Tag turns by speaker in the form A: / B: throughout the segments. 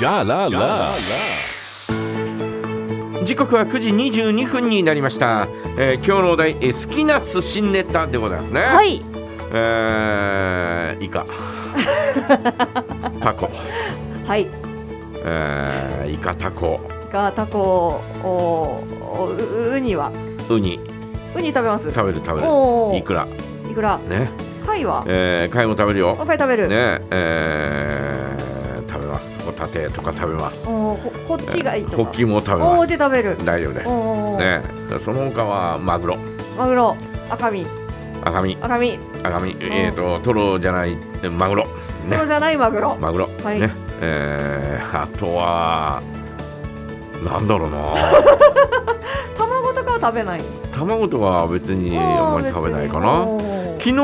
A: Ja la la.
B: 時刻は9時22分になりました、えー今日のお題、えー好きな寿司ネタでございますね
C: はいい、
B: えー、イ カタコ、
C: はい、
B: えー、イカタコ
C: がタコ、おおうウニは、
B: ウニ
C: ウニ食べます。
B: 食べる食べ
C: お
B: る
C: ー
B: いくら
C: いくら、
B: ね
C: 貝は、
B: えー、貝も食べるよ
C: お貝食べる。
B: ねえー、食べますホタテとか食べます
C: おほホッキ貝とか。
B: ホッキも食べ
C: お
B: ま
C: おで食べる
B: す。大丈夫です
C: おー
B: ねその他はマグロ
C: マグロ、赤身、
B: 赤身
C: 赤身、
B: 赤身えっ、とトロじゃないえマグロ
C: こ
B: ね
C: れじゃないマグロ。
B: マグロ、
C: はい
B: ね、えー、あとはなんだろうな
C: 卵とかは食べない。
B: 卵とは別にあんまり食べないか
C: あー
B: な
C: 別に
B: 昨日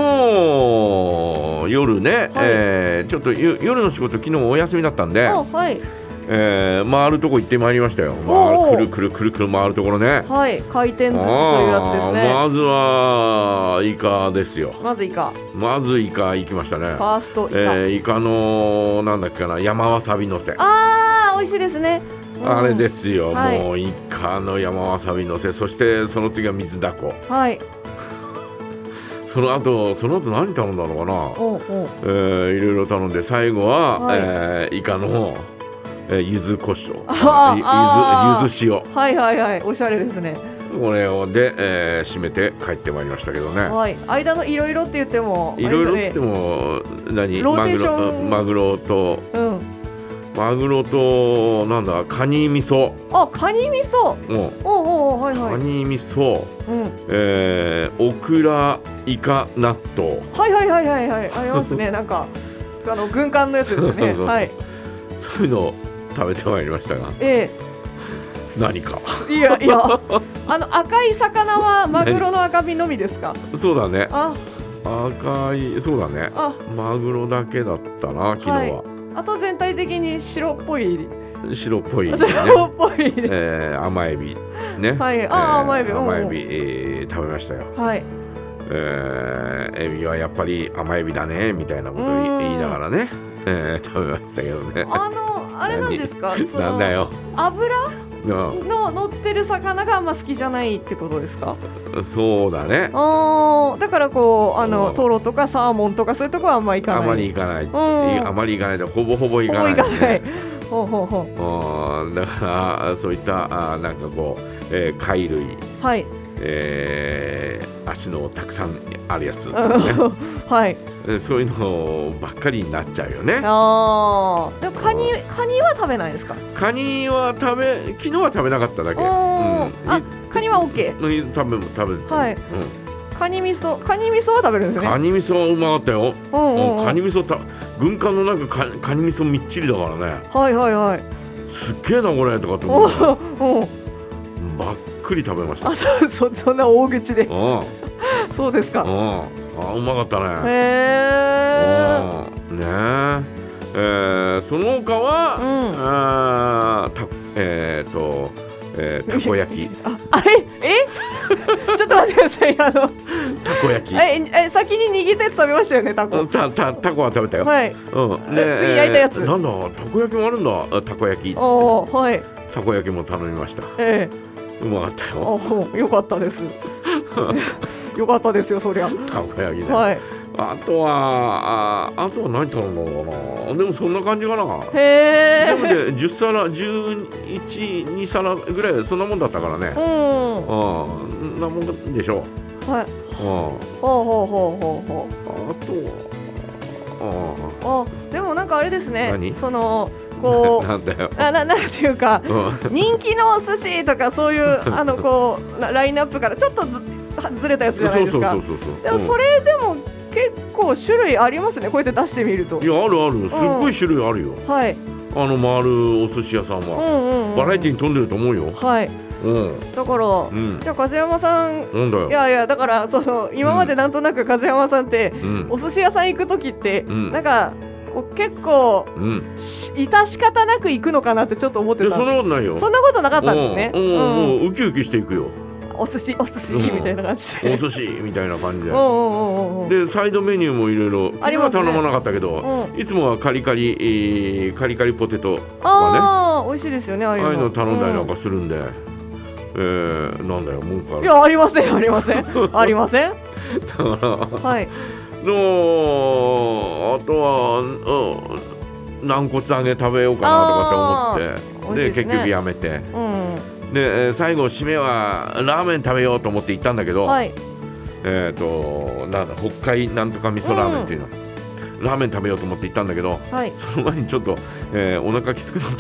B: 夜ね、えーちょっとゆ夜の仕事昨日お休みだったんで
C: おー、おはい、
B: えー回るとこ行ってまいりましたよ、
C: おー
B: まあ、くるくるくるくる回るところね
C: はい、回
B: あ
C: 転寿司というやつです
B: ー
C: ね。
B: まずはイカですよ
C: まずイカ、
B: まずイカ行きましたね
C: ファーストイカ。
B: えーイカのなんだっけかな山わさびのせ
C: ああ、美味しいですね。うん
B: あれで。すよ、
C: はい
B: もうイカの山わさびのせそしてその次は水だこ
C: はい、
B: その後その後何頼んだのかな、
C: おーおー、
B: えーいろいろ頼んで最後は、
C: はい
B: えーイカの、えー、柚子胡椒
C: あーあ
B: ゆ
C: ー
B: 柚子柚子
C: はいはいはい、おしゃれですね。
B: 塩これをで、えー締めて帰ってまいりましたけどね
C: はい、間のいろいろって言っても、
B: いろいろっつって
C: も、
B: も何
C: ロー
B: マグ
C: テーション
B: ロマグロと
C: うん、
B: マグロとなんだカニ味噌
C: あ、カニ味噌、
B: も
C: おうおうはいは
B: カ
C: い、
B: ニ味噌、
C: うん、
B: えーオクライカ納豆
C: はいはいはいはいはい、ありま すね、なんか、あの軍艦のやつですよ
B: そうそ
C: ね、
B: うそう
C: はい、
B: そういうのを食べてまいりましたが
C: え
B: 何か
C: え、いやい や、あの赤い魚はマグロの赤身のみですか？
B: そうだね
C: あ、
B: 赤いそうだね
C: あ、
B: マグロだけだったな昨日は、
C: あと全体的に白っぽい、
B: 白っぽいね、
C: 白っぽいです。
B: えー甘エビね
C: はい
B: え
C: あー甘エビうんうん
B: 甘エビ、えー食べましたよ
C: はい、
B: えーエビはやっぱり甘エビだねみたいなことを
C: う
B: 言
C: ん
B: い言いながらね、えー食べましたけどね
C: あのあれなんですか？その
B: なんだよ、
C: 油
B: う
C: の乗ってる魚があんま好きじゃないってことですか？
B: ん、そうだね
C: あーだからこうあ
B: う
C: の
B: ん
C: トロとかサーモンとかそういうとこはあんま行かない
B: あまり行かない、
C: ん
B: いあまり行かないでほぼほぼ行か
C: 思
B: ないい、
C: がないほうほうほ
B: うんだからそういったあーなんかこう、えー貝類、
C: うはい、
B: えー足のたくさんあるやつ、ね
C: う、ん はい
B: えそういうのばっかりになっちゃうよね
C: あーでもカニカニは食べないですか
B: カニは食べ昨日は食べなかっただけ、
C: おーあカニは OK
B: うんいうん食べ食べて、
C: はい
B: うん
C: カニ味噌カニ味噌は食べるんですね
B: カニ味噌はうまかったよ、
C: うん
B: う
C: うんうん
B: ん、カニ味噌た軍艦の中カカニ味噌みっちりだからね
C: はいはいはい
B: すっげえなこれとかって
C: お
B: 思って
C: ーおー
B: ばっくり食べました
C: あそそそんな大口で
B: うん
C: そうですか
B: うん、あうまかった
C: へ
B: ね。
C: え
B: うんねええーその他は、
C: うん
B: あーたえっ、と、えーたこ焼 き、
C: ああれえ ちょっと待ってくださいあの
B: たこ焼き。
C: ええ先に握ったやつ食べましたよねタコ
B: うんたたたこは食べたよ。
C: はい
B: うん、ね
C: 次焼いたやつ
B: えーなんだ、たこ焼きもあるんだ。あたこ焼きっつっ
C: おおはい
B: て。たこ焼きも頼みました。
C: ええ
B: うまかったよ。
C: あよかっ たですよかったですよそりゃ
B: たこ焼きね。
C: はい
B: あとはああとは何頼んだのかな。でもそんな感じかな。
C: へ
B: 全部
C: え
B: で10皿112皿ぐらいそんなもんだったからね
C: うんは
B: うんなもんでしょう
C: い
B: うんあ
C: ほうほうほうほうほう
B: とは
C: あでもなんかあれです
B: 何
C: ねその
B: うん
C: こう
B: なんだよ
C: あななんていうか
B: うん
C: 人気のお寿司とかそういう あのこうなラインナップからちょっとずずれたやつじ
B: そう
C: ゃない
B: そうそう
C: ですか
B: そうそう
C: でもそれでも結構種類ありますねこうやって出してみると
B: うんいやあるあるすっごい種類あるよ
C: はい
B: あの回るお寿司屋さん
C: うん
B: は
C: うん、うん、
B: バラエティに富んでると思うよ
C: はい
B: うん
C: だから、
B: うん
C: じゃあ風山さん
B: なんだよ
C: いやいやだからその今までなんとなく風山さんって、
B: うん
C: お寿司屋さん行く時って、
B: うん
C: なんかこう結構
B: うん
C: し致し方なく行くのかなってちょっと思っ
B: い
C: て
B: や
C: た
B: そんなことないよ
C: そんなことなかったんですね、
B: うん
C: う
B: うん
C: ん
B: もうウキウキしていくよ
C: お寿司お寿司みたいな感じ
B: お
C: で。
B: 寿司みたいな感じで
C: うんうんうんうんうん。
B: でサイドメニューもいろいろ
C: ありますね
B: 今は頼まなかったけど、いつもはカリカリ、えーカリカリポテトとかね
C: ああ美味しいですよねああ
B: あ
C: い
B: あ
C: うの。
B: いうの頼んだりなん
C: う
B: かするんで、えーなんだよ文句あ
C: い
B: る
C: やありませんありません ありません。
B: だから
C: はい。
B: のあとは、うん、軟骨揚げ食べようかなとかって思
C: あ
B: ってで
C: ー美味しいですね
B: 結局やめて
C: うん。
B: でえー最後締めはラーメン食べようと思って行ったんだけど、
C: はい。
B: えっ、となんだ北海なんとか味噌ラーメンっていうの、ラーメン食べようと思って行ったんだけど
C: はい。
B: その前にちょっと、えーお腹きつくなっ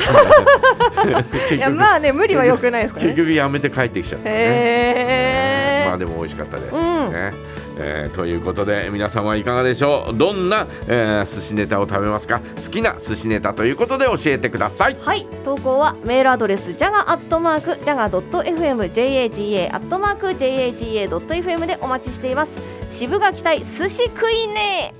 B: たんで結
C: いや
B: 局、
C: まあね無理は良くないですか ら
B: 結
C: ね。
B: 局やめて帰ってきちゃったね。えーまあ
C: へえ。
B: でも美味しかったです、
C: うん
B: ねえーということで皆さんはいかがでしょうどんな、えー寿司ネタを食べますか好きな寿司ネタということで教えてください
C: はい投稿はメールアドレス jaga@jaga.fmjaga@jaga.fm でお待ちしています。渋が期待寿司食いねー。